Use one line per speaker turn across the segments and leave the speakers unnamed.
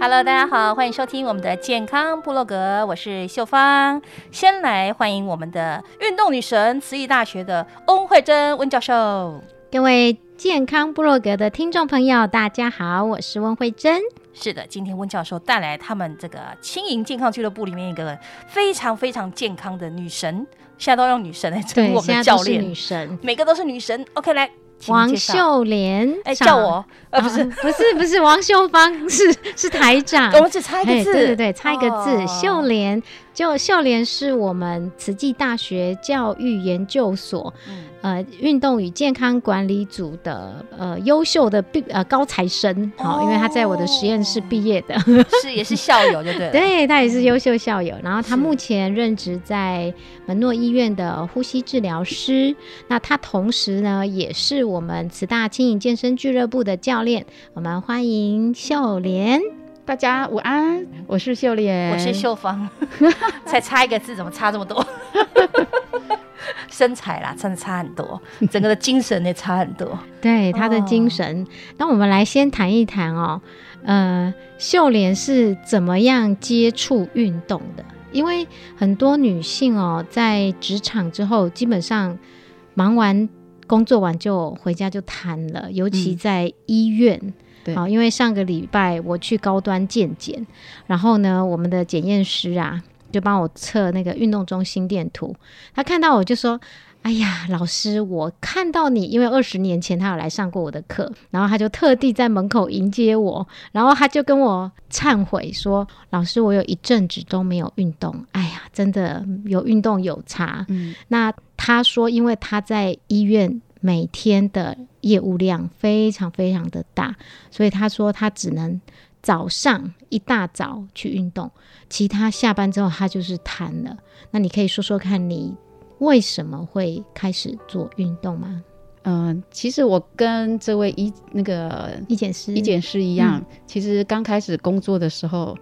Hello，大家好，欢迎收听我们的健康部落格，我是秀芳。先来欢迎我们的运动女神，慈济大学的翁慧珍温教授。
各位健康部落格的听众朋友，大家好，我是温慧珍。
是的，今天温教授带来他们这个轻盈健康俱乐部里面一个非常非常健康的女神，现在都用女神来称呼我们
现
的
在
教
都是
练，
女神
每个都是女神。OK，来，请
王
介绍，
秀莲。
哎，叫我，呃，不
啊
是，
不是不是王秀芳 是是台长。
我们只差一个
哎
字，
对对对，差一个字。
哦
秀 莲就秀莲是我们慈济大学教育研究所
嗯
呃运动与健康管理组的呃优秀的毕呃高材生，好、
哦
因为她在我的实验室毕业的，
是也是校友，就对了。
对她也是优秀校友。然后她
是
目前任职在门诺医院的呼吸治疗师，那她同时呢也是我们慈大轻盈健身俱乐部的教练。我们欢迎秀莲。
大家午安，我是秀莲，
我是秀芳， 才差一个字，怎么差这么多？ 身材啦，真的差很多，整个的精神也差很多。
对哦他的精神。那、我们来先谈一谈哦，呃，秀莲是怎么样接触运动的？因为很多女性哦，在职场之后，基本上忙完工作完就回家就瘫了，尤其
嗯
在医院。哦
对
好，因为上个礼拜我去高端健检，然后呢，我们的检验师啊就帮我测那个运动中心电图，他看到我就说：“哎呀，老师，我看到你，因为二十年前他有来上过我的课，然后他就特地在门口迎接我，然后他就跟我忏悔说：‘老师，我有一阵子都没有运动，哎呀，真的有运动有差。’
嗯，
那他说，因为他在医院每天的业务量非常非常的大，所以他说他只能早上一大早去运动，其他下班之后他就是瘫了。那你可以说说看你为什么会开始做运动吗？
嗯、其实我跟这位医那个
一检师，
医检师一样，其实刚开始工作的时候，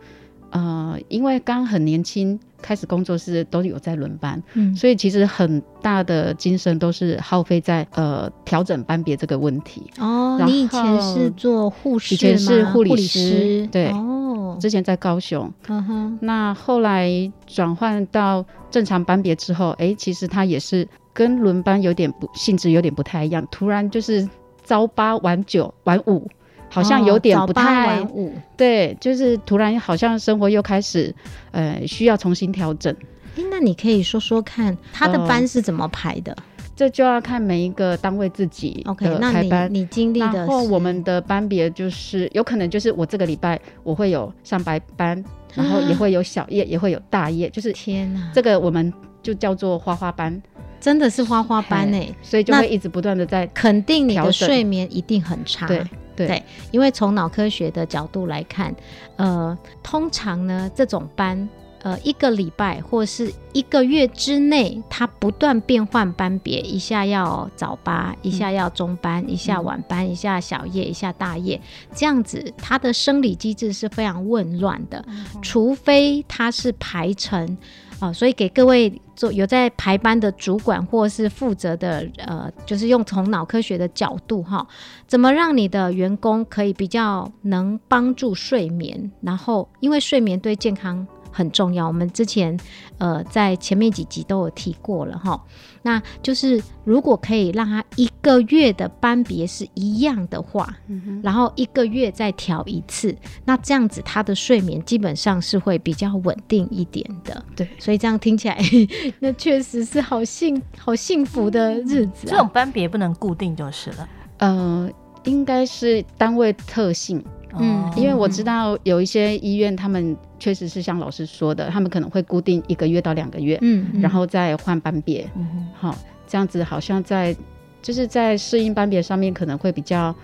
呃，因为刚很年轻，开始工作是都有在轮班，
嗯，
所以其实很大的精神都是耗费在呃调整班别这个问题。
哦，
然后
你以前是做护士吗，
以前是护
理
理师对
哦，
之前在高雄，
嗯哼，
那后来转换到正常班别之后，诶，其实它也是跟轮班有点不性质有点不太一样，突然就是朝八晚九晚五，好像有点
哦
不
早八
太、
晚五。
对，就是突然好像生活又开始呃需要重新调整，
诶那你可以说说看他的
呃
班是怎么排的、
这就要看每一个单位自己
o k
的
那
排班。
你你经历的是，
然后我们的班别就是有可能就是我这个礼拜我会有上白班，然
啊
后也会有小夜，也会有大夜，就是
天哪，
这个我们就叫做花花班。
真的是花花班哎、
所以就
那
会一直不断的在
肯定你
调
的
整
睡眠一定很差。
对对
对因为从脑科学的角度来看，呃，通常呢这种班。呃一个礼拜或是一个月之内，它不断变换班别，一下要早八，一下要中班，一下晚班，一下小夜，一下大夜，这样子它的生理机制是非常混乱的，除非它是排程。啊、哦，所以给各位做有在排班的主管或是负责的，呃，就是用从脑科学的角度哈，怎么让你的员工可以比较能帮助睡眠，然后因为睡眠对健康很重要，我们之前呃在前面几集都有提过了哈，那就是如果可以让他一个月的班别是一样的话，嗯、然后一个月再调一次，那这样子他的睡眠基本上是会比较稳定一点的。
对，
所以这样听起来， 那确实是好幸好幸福的日子、啊。
这种班别不能固定就是了。
呃，应该是单位特性。嗯，
哦
因为我知道有一些医院，他们确实是像老师说的，他们可能会固定一个月到两个月，嗯，嗯然后再换班别，嗯，好，这样子好像在就是在适应班别上面可能会比较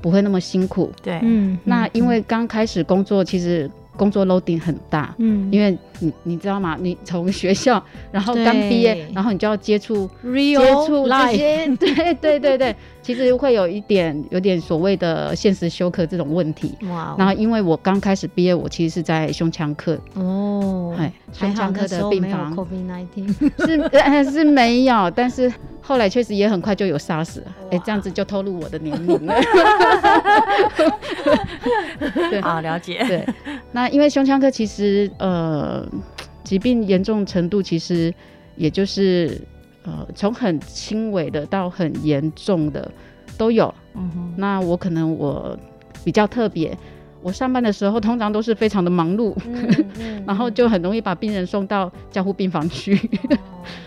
不会那么辛苦，
对，
嗯，那因为刚开始工作其实工作 loading 很大，嗯，因为你你知道吗？你从学校然后刚毕业，然后你就要接触接触这些， 对对对对。其实会有一点，有点所谓的现实休克这种问题。哇！然后因为我刚开始毕业，我其实是在胸腔科
哦，
哎，胸腔科的病房
，COVID 嗯 nineteen
是是没有，但是后来确实也很快就有 SARS 了。哎，这样子就透露我的年龄了。
对，好了解。
对，那因为胸腔科其实呃，疾病严重程度其实也就是。呃，从很轻微的到很严重的都有。嗯哼，那我可能我比较特别，我上班的时候通常都是非常的忙碌，嗯嗯、然后
哦
就很容易把病人送到加护病房去。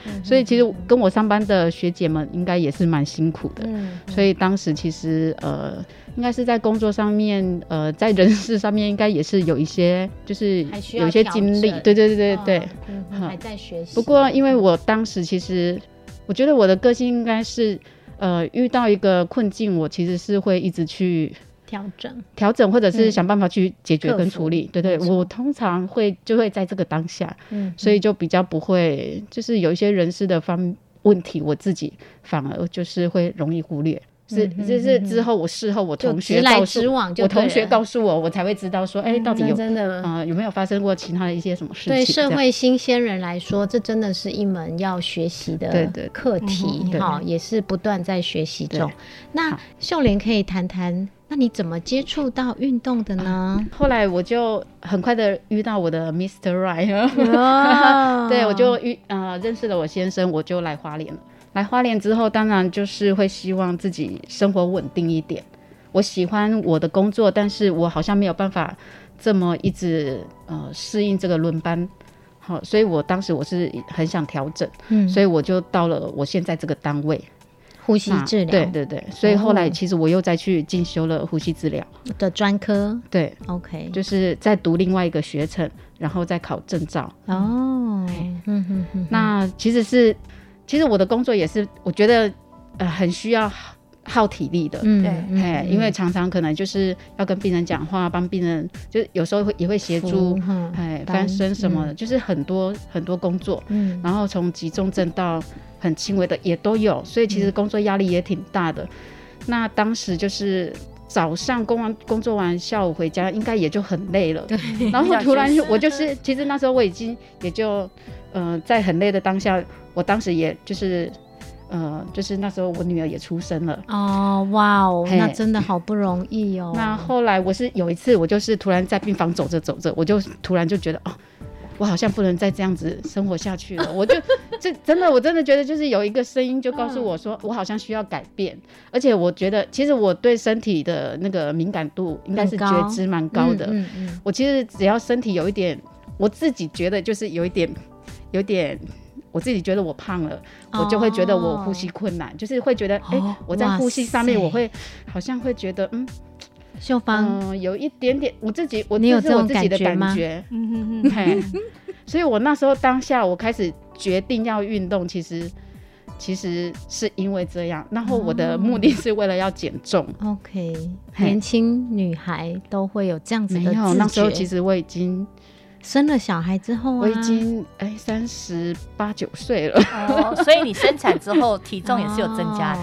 嗯、所以其实跟我上班的学姐们应该也是蛮辛苦的。
嗯
所以当时其实呃，应该是在工作上面，呃，在人事上面应该也是有一些，就是有一些经历。对对对对
嗯
对，嗯
还在学习。
不过因为我当时其实。我觉得我的个性应该是，呃，遇到一个困境，我其实是会一直去
调整、
调整，或者是想办法去解决跟处理。嗯、对对，我通常会就会在这个当下，嗯，所以就比较不会，就是有一些人事的方问题，我自己反而就是会容易忽略。是，就是之后我事后我同学告诉我，我同学告诉我，我才会知道说，哎，到底有
真的
啊有没有发生过其他的一些什么事情？
对社会新鲜人来说，这真的是一门要学习的课
嗯
题哈，也是不断在学习中。那秀莲可以谈谈，那你怎么接触到运动的呢？
后来我就很快的遇到我的 Mr.
哦
Right，对我就遇呃认识了我先生，我就来花莲了。来花莲之后，当然就是会希望自己生活稳定一点。我喜欢我的工作，但是我好像没有办法这么一直呃适应这个轮班，好、哦，所以我当时我是很想调整，嗯，所以我就到了我现在这个单位，
呼吸治疗，
对对对，所以后来其实我又再去进修了呼吸治疗
的专科，
对
，OK，
就是在读另外一个学程，然后再考证照。
哦，嗯
哼哼，那其实是。其实我的工作也是，我觉得呃很需要耗体力的，
嗯，
哎，因为常常可能就是要跟病人讲话，帮病人，就是有时候会也会协助，
嗯
哎，翻身什么的，就是很多很多工作，嗯，然后从急重症到很轻微的也都有，所以其实工作压力也挺大的。那当时就是早上工完工作完，下午回家应该也就很累了，然后突然我就是，其实那时候我已经也就呃在很累的当下。我当时也就是，呃，就是那时候我女儿也出生了。
哦，哇哦，那真的好不容易哦。
那后来我是有一次，我就是突然在病房走着走着，我就突然就觉得，哦，我好像不能再这样子生活下去了。我就 这真的，我真的觉得就是有一个声音就告诉我说，我好像需要改变。而且我觉得，其实我对身体的那个敏感度应该是觉知蛮高的。嗯嗯。我其实只要身体有一点，我自己觉得就是有一点，有点。我自己觉得我胖了，
嗯
我就会觉得我呼吸
哦
困难，就是会觉得，哎，我在呼吸上面，我会好像会觉得，嗯，
秀芳，
有一点点，我自己，我这是我自己的感 觉，嗯嗯嗯，所以我那时候当下我开始决定要运动，其实其实是因为这样，然后我的目的是为了要减 重。
OK，年轻女孩都会有这样子的
没有，那时候其实我已经。
生了小孩之后啊，
我已经哎三十八九岁了，
哦，所以你生产之后体重也是有增加的，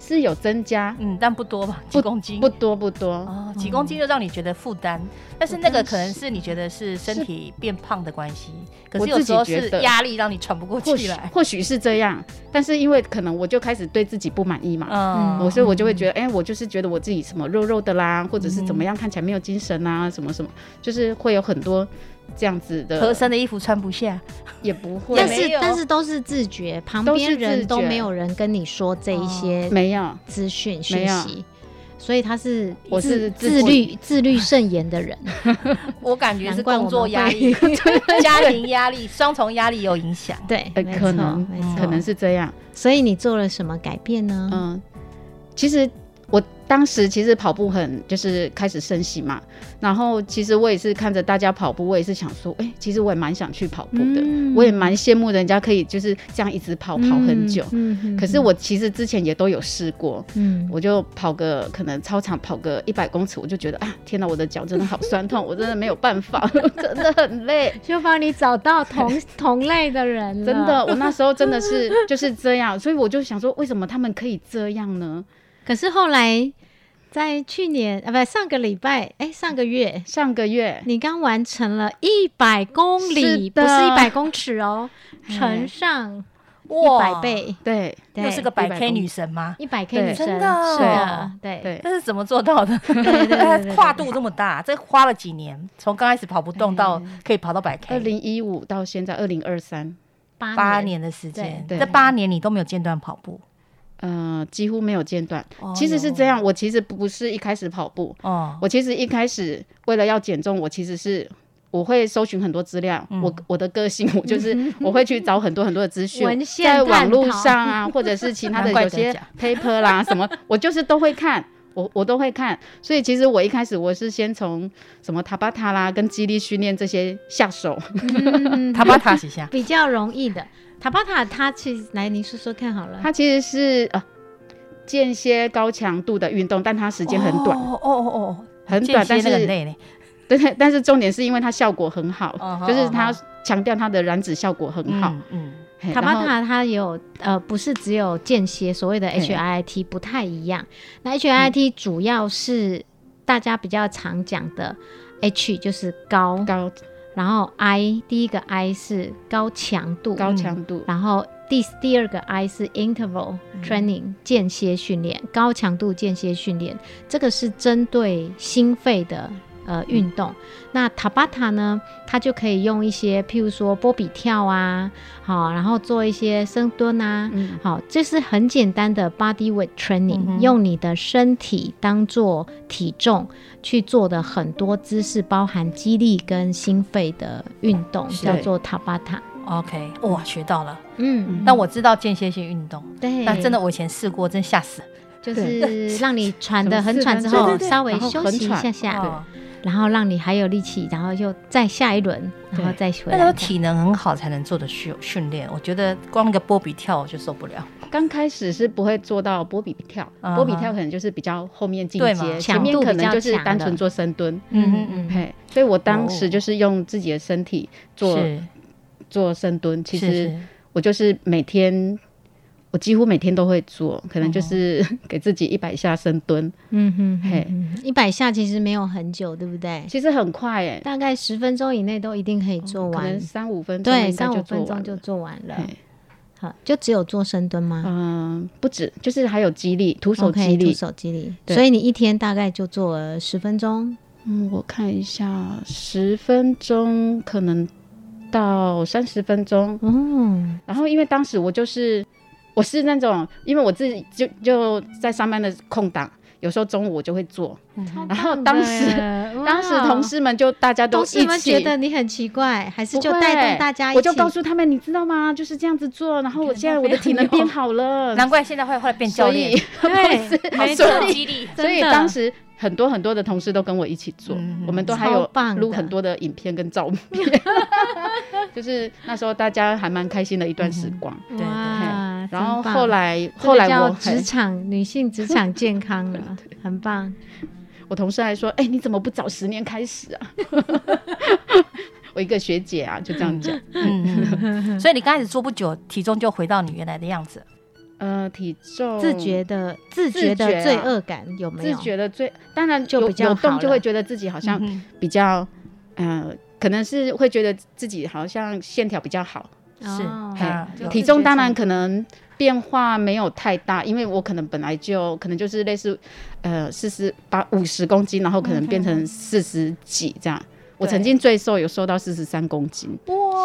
是有增加，
嗯，但哦不多吧，几公斤
不多不多
哦，几公斤就让你觉得负担，但是那个可能是你觉得是身体变胖的关系，可是有时候
我自己觉
是
得
压力让你喘不过
或
气
许
来，
或许是这样，但是因为可能我就开始对自己不满意嘛，
嗯
哦
我所以我就会觉得，哎、我就是觉得我自己什么肉肉的啦，或者是
嗯
怎么样看起来没有精神啊，什么什么，就是会有很多这样子的
合身的衣服穿不下，
也不会，
但是但是都是自觉，旁
都是
边人
自
都
觉
没有人跟你说这一些
没有
资讯
没
讯
有
息，所以他是
我
自
是自
自
我
律自律慎言的 人，
我感觉是
难怪我
工
们
作 压力、家庭压力、双重压力有影响。
对，
呃
没
可
错
能
没错
可能是这样，
所以你做了什么改变呢？
嗯，其实我当时其实跑步很就是开始升息嘛，然后其实我也是看着大家跑步，我也是想说，哎、其实我也蛮想去跑步的，
嗯
我也蛮羡慕人家可以就是这样一直跑跑很久。
嗯嗯嗯
可是我其实之前也都有试过，
嗯
我就跑个可能操场跑个一百公尺，我就觉得啊，天哪，我的脚真的好酸痛，我真的没有办法， 真的很累。
就帮你找到同 同类的人了，
真的，我那时候真的是就是这样，所以我就想说，为什么他们可以这样呢？
可是后来在去年啊，不上个礼拜，哎，上个月，
上个月
你刚完成了一百公里，
是
不
的哎
是一百公尺哦，乘上一百倍，
对，
对
又是个百
100
K
公
女神吗？
一百 K
对
女生，
真的哦
是的，对
对
那是怎么做到的？
对 对对
跨度这么大，这花了几年？从刚开始跑不动到可以跑到百
二
K，
零一五到现在二零二三，
八
八
年的时间，
对对
这八年你都没有间断跑步
呃，几乎没有间断
哦。
其实是这样，我其实不是一开始跑步，
哦。
我其实一开始为了要减重，我其实是。我会搜寻很多资料，
嗯
我我的个性， 我就是我会去找很多很多的资 讯
文，献
在
探
网络
讨
上啊，或者是其他的
难怪
有
得
些
奖
paper 啦什么，我就是都会看，我我都会看。所以其实我一开始我是先从什么塔巴塔啦跟肌力训练这些下手，
嗯？
塔巴塔几下
比较容易的。塔巴塔，它其实来，您说说看好了。
它其实是呃间歇高强度的运动，但它时间很短，
哦哦哦哦，
很
间
短，
歇
但
那个很
是
累呢。
对，但是重点是因为它效果很好，
嗯哼
就是
嗯
它强调它的燃脂效果很好。
嗯嗯，
嘿
塔巴，
然后
塔它有呃，不是只有间歇，所谓的
嘿
HIIT 不太一样。
嗯
那 HIIT 主要是大家比较常讲的 H 就是高，
高
然后 I 第一个 I 是高强度，
嗯
高强度，
然后第第二个 I 是
哎
interval training、间歇训练，高强度间歇训练，这个是针对心肺的
嗯
呃运动。那塔巴塔呢，它就可以用一些，譬如说波比跳啊，好、然后做一些深蹲啊，
嗯，
好，这是很简单的 body weight training，、
嗯哼
用你的身体当做体重去做的很多姿势，包含肌力跟心肺的运动，
是
叫做塔巴塔。
OK，哇，学到了。
嗯，
但我知道间歇性运动，
对，
但真的我以前试过，真吓死。
就是让你喘的
什么
很
四
喘
分
之
钟
后，
对对对
稍微
然后
休
很
息一
喘
下下，
哦
然后让你还有力气，然后又再下一轮，然后
对
再回
那
来。
时候体能很好才能做的训训练，我觉得光一个波比跳我就受不了。
刚开始是不会做到波比跳，
嗯哼
波比跳可能就是比较后面进
对嘛
阶，
强
前
度
面可
比较
能就是
强
单
的
纯做深蹲。
嗯嗯
嗯，
嘿，所以我当
哦
时就是用自己的身体做、
是，
做深蹲，其
是
实
是
我就是每天，我几乎每天都会做，
嗯
可能就是 给自己一百下深蹲，
嗯哼
嘿
嗯哼，一百下其实没有很久，对不对？
其实很快哎、
大概十分钟以内都一定可以做
哦可
完
能，三五分钟
对，
应该
三
就
五
做
分
完
钟
了
就做完了。
嘿
好，就只有做深蹲吗？
嗯，不止，就是还有肌力，徒手
OK，
肌力
徒手肌力，
对
所以你一天大概就做了十分钟，
嗯，我看一下，十分钟可能到三十分钟，
嗯，
然后因为当时我就是我是那种，因为我自己就就在上班的空档，有时候中午我就会做，嗯然后当时当时同事们就大家都
同
一
事
起，
们觉得你很奇怪，还是
不
就
会
带动大家一起？
我就告诉他们，你知道吗？就是这样子做，然后我现在我的体能变好了，
难怪现在会后来变教
所
练
以，
对，
好
没
受
错，
激励。
所以
真的
当时很多很多的同事都跟我一起做，
嗯
我们都还
超
有
棒的
录很多的影片跟照片， 就是那时候大家还蛮开心的一段时光。
对对
哇，
然后
嗯啊真棒
后。来
这个
后来
叫
我还
职场女性职场健康了，很棒。
我同事还说，哎、你怎么不早十年开始啊？ 我一个学姐啊，就这样讲。
嗯 嗯。所以你刚开始做不久，体重就回到你原来的样子。
呃，体重
嗯自觉的自觉的罪恶感有没
有？自觉的罪，当然
就比较嗯
有动就会觉得自己好像比较，嗯、呃，可能是会觉得自己好像线条比较好。
是，
哦
哎，体重当然可能变化没有太大，因为我可能本来就可能就是类似，呃，四十八五十公斤，然后可能变成四十几这样。嗯、我曾经最瘦有瘦到四十三公斤，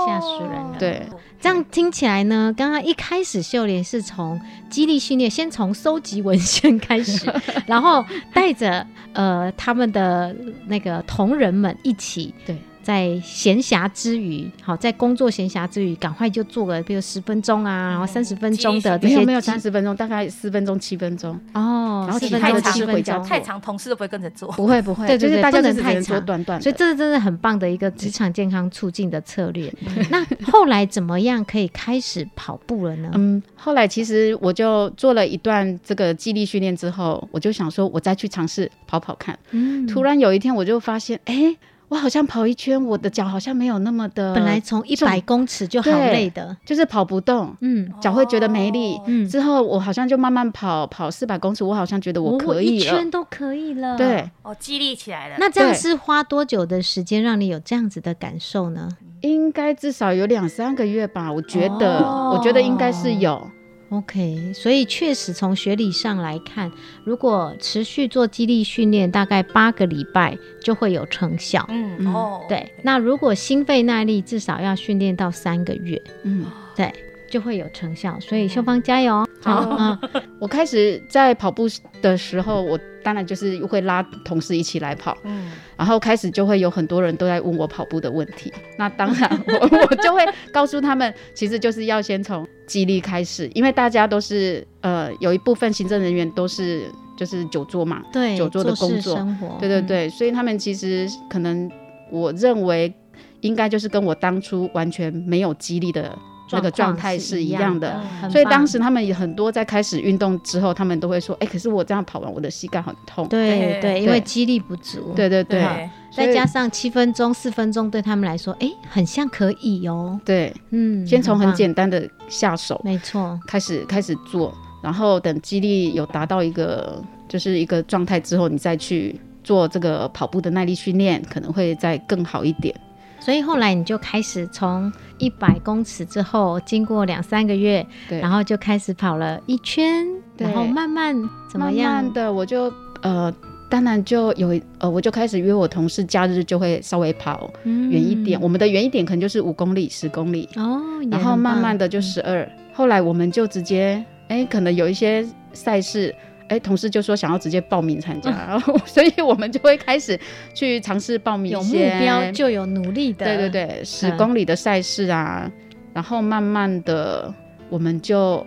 吓死人了。
对，
这样听起来呢，刚刚一开始秀莲是从激励训练，先从收集文献开始，然后带着呃他们的那个同仁们一起
对。
在闲暇之余，好，在工作闲暇之余，赶快就做个，比如十分钟啊，然后三十分钟的这些，
没有没有三十分钟，大概四分钟、七分钟
哦，
然后
四
分
钟、
七分钟
太长，同事都不会跟着做，
不会不会，
对对
对，大家就是
太长，
短短，
所以这是真的很棒的一个职场健康促进的策略。那后来怎么样可以开始跑步了呢？
嗯，后来其实我就做了一段这个肌力训练之后，我就想说，我再去尝试跑跑看。嗯，突然有一天我就发现，哎。我好像跑一圈，我的脚好像没有那么的。
本来从一百公尺就好累的，
就是跑不动，
嗯，
脚会觉得没
哦
力。嗯，之后我好像就慢慢跑，跑四百公尺，我好像觉得我嗯可以
一圈都可以了。
对，
哦，激励起来了。
那这样是花多久的时间让你有这样子的感受呢？
应该至少有两三个月吧，我觉得，我觉得应该是有。
OK，所以确实从学理上来看，如果持续做肌力训练，大概八个礼拜就会有成效。
嗯哦，
对。那如果心肺耐力，至少要训练到三个月。
嗯，
对，就会有成效。所以秀芳加油！哦嗯好，
我开始在跑步的时候，我当然就是会拉同事一起来跑。嗯，然后开始就会有很多人都在问我跑步的问题。那当然， 我我就会告诉他们，其实就是要先从。激励开始，因为大家都是呃，有一部分行政人员都是就是久坐嘛，
对，
久坐的工作，
生活
对对对，嗯、所以他们其实可能我认为应该就是跟我当初完全没有激励的那个状态
是
一
样
的，嗯、所以当时他们也很多在开始运动之后，他们都会说，哎、欸，可是我这样跑完，我的膝盖很痛，
对对，因为肌力不足，
对对对。
對
再加上七分钟、四分钟，对他们来说，哎、欸，很像可以哦、喔。
对，
嗯，
先从很简单的下手，
没错，
开始开始做，然后等肌力有达到一个就是一个状态之后，你再去做这个跑步的耐力训练，可能会再更好一点。
所以后来你就开始从一百公尺之后，经过两三个月，然后就开始跑了一圈，然后慢慢怎么样？
慢慢的，我就呃。当然就有呃，我就开始约我同事，假日就会稍微跑远一点。嗯、我们的远一点可能就是五公里、十公里
哦，
然后慢慢的就十二、嗯。后来我们就直接哎、欸，可能有一些赛事，哎、欸，同事就说想要直接报名参加，嗯、然
哦
后 所以我们就会开始去尝试报名。
有目标就有努力的，
对对对，十公里的赛事啊，然后慢慢的我们就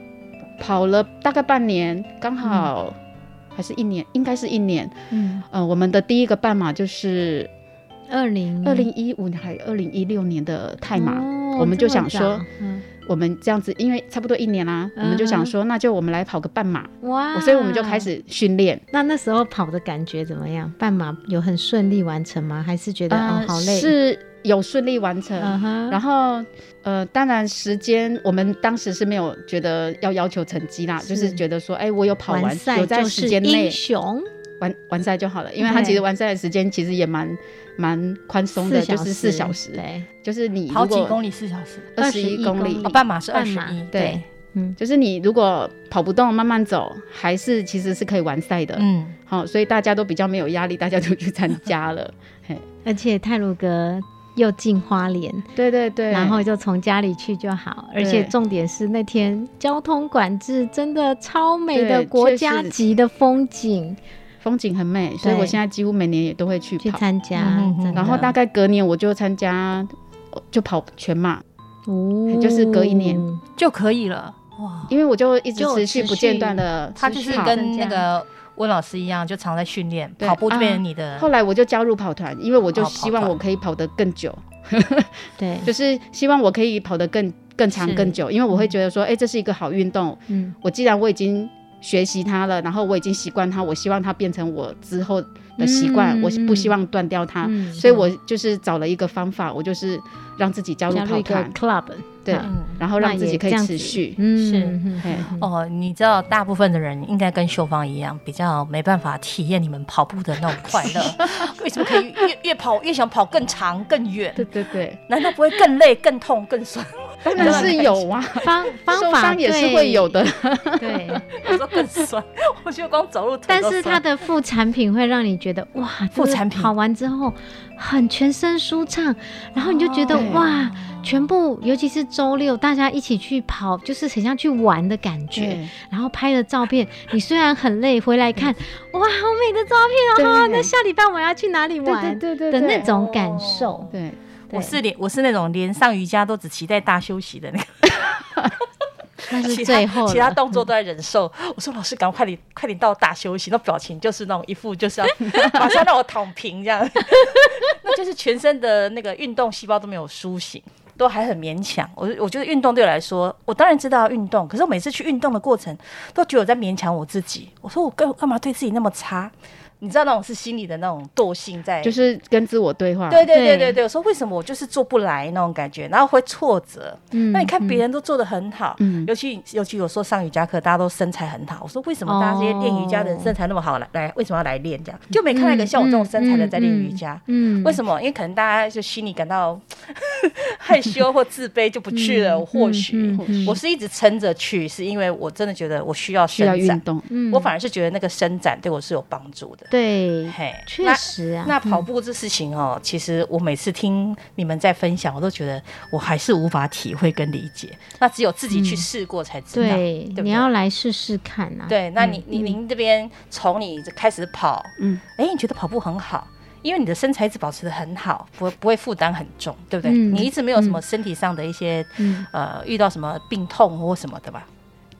跑了大概半年，刚好。还是一年，应该是一年。
嗯，
呃，我们的第一个半马就是
二零
二零一五还二零一六年的泰马，嗯哦、我们就想说，嗯、我们这样子，因为差不多一年啦、啊，嗯、我们啊就想说，那就我们来跑个半马。
哇！
所以我们就开始训练。
那那时候跑的感觉怎么样？半马有很顺利完成吗？还是觉得、呃、哦好累？
是有顺利完成。
嗯、
然后呃，当然时间我们当时是没有觉得要要求成绩啦，是就是觉得说，哎、欸，我有跑完，
完
有在时间内。
雄
完完赛就好了，因为他其实完赛的时间其实也蛮蛮宽松的，就是四小时，
对，
就是你
跑几公里四小时，
二十一公里，
哦半马是二十一，
对，嗯，就是你如果跑不动，慢慢走，还是其实是可以完赛的，
嗯，
好，所以大家都比较没有压力，大家都去参加了，嘿，
而且泰鲁格。又进花莲，
对对对，
然后就从家里去就好，而且重点是那天交通管制真的超美的国家级的风景，
风景很美，所以我现在几乎每年也都会去
去参加，
嗯然后大概隔年我就参加，就跑全马，
哦，
就是隔一年
就可以了，哇，
因为我就一直持续不间断的，
他就是跟那个。温老师一样，就常在训练跑步，变成你的、
啊。后来我就加入跑团，因为我就希望我可以跑得更久。
对，
就是希望我可以跑得更更长更久，因为我会觉得说，哎、欸，这是一个好运动。
嗯，
我既然我已经学习它了，然后我已经习惯它，我希望它变成我之后的习惯，
嗯
我不希望断掉它，
嗯
所以我就是找了一个方法，我就是让自己加入
加入
跑
一个
团
club，
对，
嗯
然后让自己可以持续，
嗯，
嘿
哦，你知道，大部分的人应该跟秀芳一样，比较没办法体验你们跑步的那种快 乐。为什么可以越越跑越想跑更长更远？
对对对，
难道不会更累、更痛、更酸？
当然是有啊，
方
受伤也是会有的，
对，
我说更酸，我觉得光走路腿
但
都
是
酸
它的副产品会让你 觉得哇，
副产
品跑完之后很全身舒畅，然后你就觉得、
哦
哇，全部尤其是周六大家一起去跑，就是很像去玩的感觉
对。
然后拍了照片，你虽然很累，回来看哇，好美的照片哦！
对
那下礼拜我要去哪里玩？
对对对
的
对
那种感
哦
受。
对，
我是连我是那种连上瑜伽都只期待大休息的那个。
那是
其
最
他
后
其他
了
动作都在忍受。我说老师，赶快点快点到大休息，那表情就是那种一副 就是要马上让我躺平这样， 那就是全身的那个运动细胞都没有苏醒。都还很勉强，我我觉得运动对我来说，我当然知道要运动，可是我每次去运动的过程，都觉得我在勉强我自己。我说我干干嘛对自己那么差？你知道那种是心理的那种惰性在，
就是跟自我对话，
对对对对对，我说为什么我就是做不来那种感觉，然后会挫折。
嗯
那你看别人都做得很好，
嗯
尤其尤其有说上瑜伽课，大家都身材很好。我说为什
哦
么大家这些练瑜伽的人
哦
身材那么好，来来为什么要来练这样？
嗯
就没看到一个像我这种身材的在练瑜伽。
嗯，
为什么？因为可能大家就心里感到 害羞或自卑，就不去
嗯
了。或许、我是一直撑着去，是因为我真的觉得我需要
需要
伸展
运。动，
嗯
我反而是觉得那个伸展对我是有帮助的。
对，
嘿，
确
那
实啊，
那跑步这事情哦，其实我每次听你们在分享，我都觉得我还是无法体会跟理解。那只有自己去试过才知道，
嗯对
啊对不，对
你要来试试看啊。
对。那你你您这边从你开始跑，
嗯，
哎，你觉得跑步很好，因为你的身材一直保持的很好，不会不会负担很重，对不对？
嗯
你一直没有什么身体上的一些、
嗯
呃遇到什么病痛或什么的吧？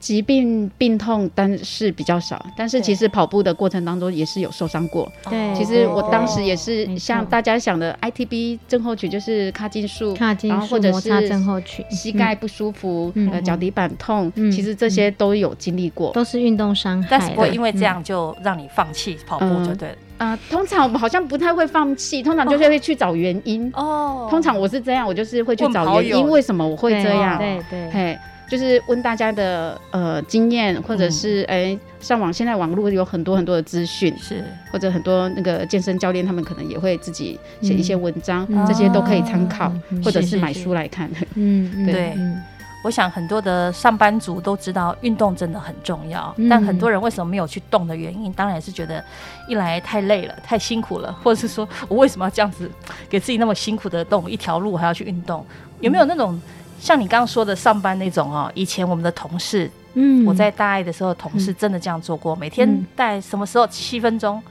疾病病痛，但是比较少。但是
对
其实跑步的过程当中也是有受伤过。
哦
对，
其实我当时
对
也是
哦没
像
错
大家想的 ITB 症候群，就是髂胫束，
髂胫
然后
束
或者
摩
是
擦症候群
膝盖不舒服，
嗯
呃，
嗯
脚底板痛，
嗯
其实这些都有经历过。
都是运动伤害，
但是不会因
嗯
为这样就让你放弃跑步就对了。
啊、通常我们好像不太会放弃，通常
哦
就是会去找原因。
哦
通常我是这样，我就是会去
问
找
跑
原
友
因，为什么我会
对
这样？
对对，
嘿，就是问大家的呃经验，或者
嗯
是哎、上网现在网络有很多很多的资讯，
是
或者很多那个健身教练他们可能也会自己写一些文章，
嗯
这些都可以参考，
嗯嗯
或者
哦是
是
是
买
是
书来看。
嗯嗯
对
嗯
我想很多的上班族都知道运动真的很重要，
嗯
但很多人为什么没有去动的原因，当然是觉得一来太累了、太辛苦了，或者是说我为什么要这样子给自己那么辛苦的动一条路还要去运
嗯
动？有没有那种像你刚刚说的上班那种哦？以前我们的同事，
嗯
我在大爱的时候，同事真的这样做过，每天
嗯
带什么时候七分钟，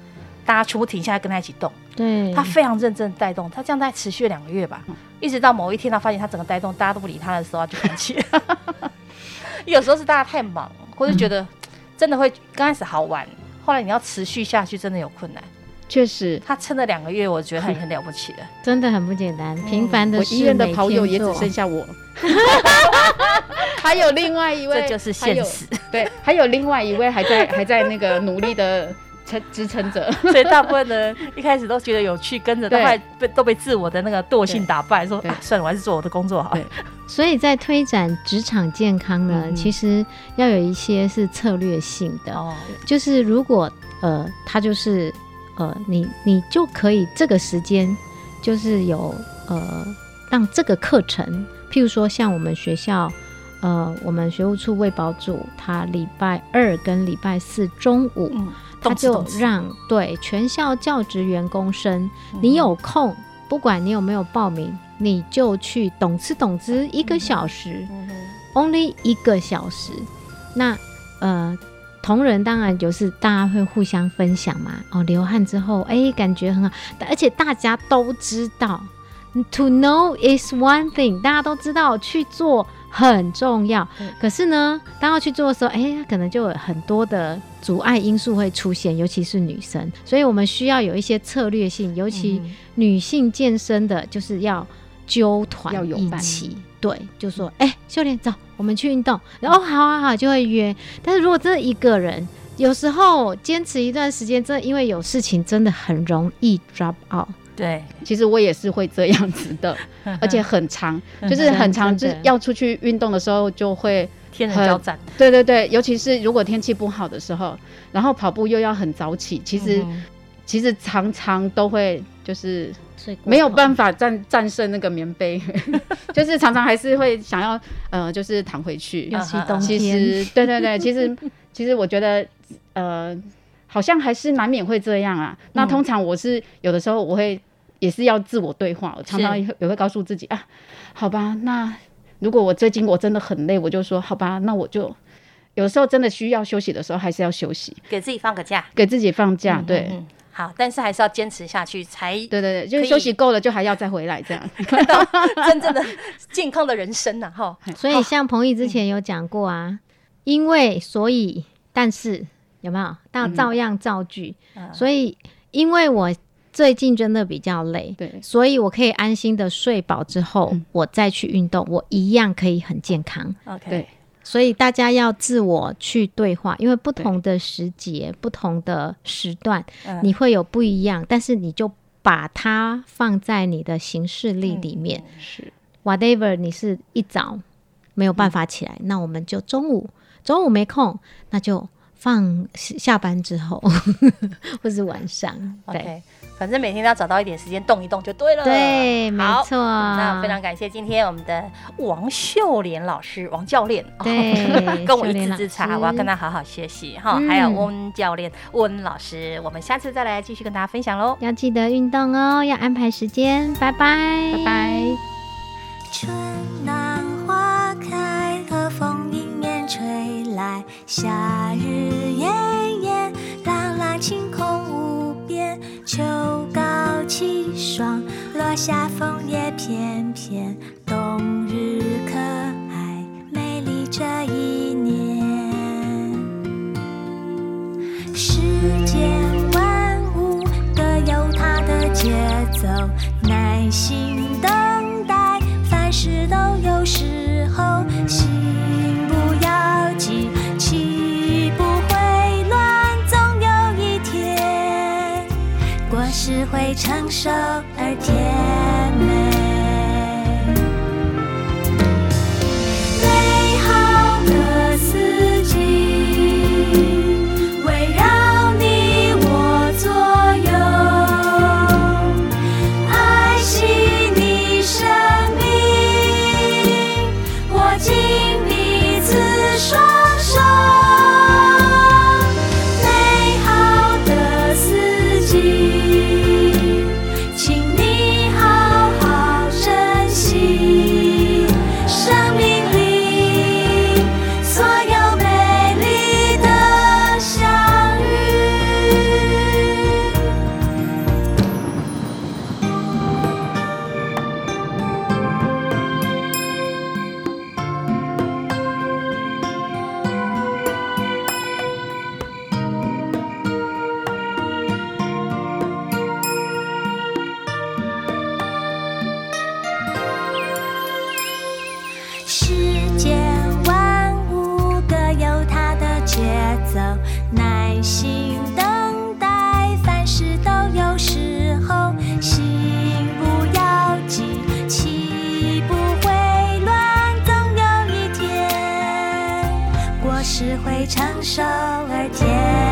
大家全部停下来跟他一起动。
嗯对，
他非常认真的带动，他这样大概持续了两个月吧，一直到某一天他发现他整个带动大家都不理他的时候，他就放弃了。有时候是大家太忙，或者觉得真的会刚开始好玩，后来你要持续下去真的有困难。
确实，
他撑了两个月，我觉得很很了不起的。
真的很不简
嗯
单，平凡的
我
事
医院的
每
跑友
天
也只
做
剩下 我。还有另外一位，
这就是
还有
现实，
对，还有另外一位还在还在那个努力的撑支撑着。
所以大部分人一开始都觉得有趣，跟着，
对
但后来被都被自我的那个惰性打败，说
对
啊，算了，我还是做我的工作好了。
所以在推展职场健康呢，
嗯哼
其实要有一些是策略性的，
哦，
就是如果呃，他就是呃，你你就可以这个时间就是有呃，让这个课程，譬如说像我们学校。呃，我们学务处卫保组，他礼拜二跟礼拜四中午，
嗯，
他
动词
就
动词
让对全校教职员工生，
嗯
你有空，不管你有没有报名，你就去懂吃懂吃一个小时、
嗯哼
o n l y 一个小时。那呃，同仁当然就是大家会互相分享嘛。哦，流汗之后，哎、感觉很好，而且大家都知道，to know is one thing，大家都知道去做很重要。可是呢，当要去做的时候，哎、可能就有很多的阻碍因素会出现，尤其是女生，所以我们需要有一些策略性，尤其
嗯
女性健身的，就是要纠团
要有
一
伴
起。对，就说哎、欸，秀莲走，我们去运动。然后、哦、好好好，就会约。但是如果真的一个人，有时候坚持一段时间，真的因为有事情，真的很容易 drop out。
对，
其实我也是会这样子的，而且很长，就是很长，就是要出去运动的时候就会
天人交战。
对对对，尤其是如果天气不好的时候，然后跑步又要很早起，其实、嗯、其实常常都会就是没有办法战战胜那个棉被， 就是常常还是会想要呃，就是躺回去。
尤其冬天，
其实 对对对，其实其实我觉得呃，好像还是难免会这样啊。那通常我是有的时候我会。也是要自我对话，我常常也会告诉自己啊，好吧，那如果我最近我真的很累，我就说好吧，那我就有时候真的需要休息的时候，还是要休息，
给自己放个假，
给自己放假，嗯、对、
嗯，好，但是还是要坚持下去才，
对对对，就是休息够了就还要再回来，这 样
看到 真正的健康的人生呐、啊，
哦
哈。
所以像彭毅之前有讲过啊，嗯、因为所以但是有没有？
嗯
但照样造句，所以因为我。最近真的比较累，
对，
所以我可以安心的睡饱之后，嗯、我再去运动，我一样可以很健康。
OK，
对，
所以大家要自我去对话，因为不同的时节、不同的时段，嗯、你会有不一样，但是你就把它放在你的行事历里面。
嗯、是
，whatever，你是一早没有办法起
嗯
来，那我们就中午，中午没空，那就。放下班之后， 或是晚上
，OK，反正每天都要找到一点时间动一动就对了。
对，没错。
那非常感谢今天我们的王秀莲老师，王教练，
对，
跟我一字之差，我要跟他好好学习哈。嗯、还有温教练、温老师，我们下次再来继续跟大家分享喽。
要记得运动哦，要安排时间。拜拜，
拜拜。
春暖花开，和风迎面吹来，夏日。晴空无边，秋高气爽，落下枫叶翩翩，冬日可爱，美丽这一年。世间万物各有它的节奏，耐心等待，凡事都有时候，心不要急，气不会乱。果实会成熟而甜美，美好的四季围绕你我左右，爱惜你生命，握紧彼此双手。是会成熟而甜。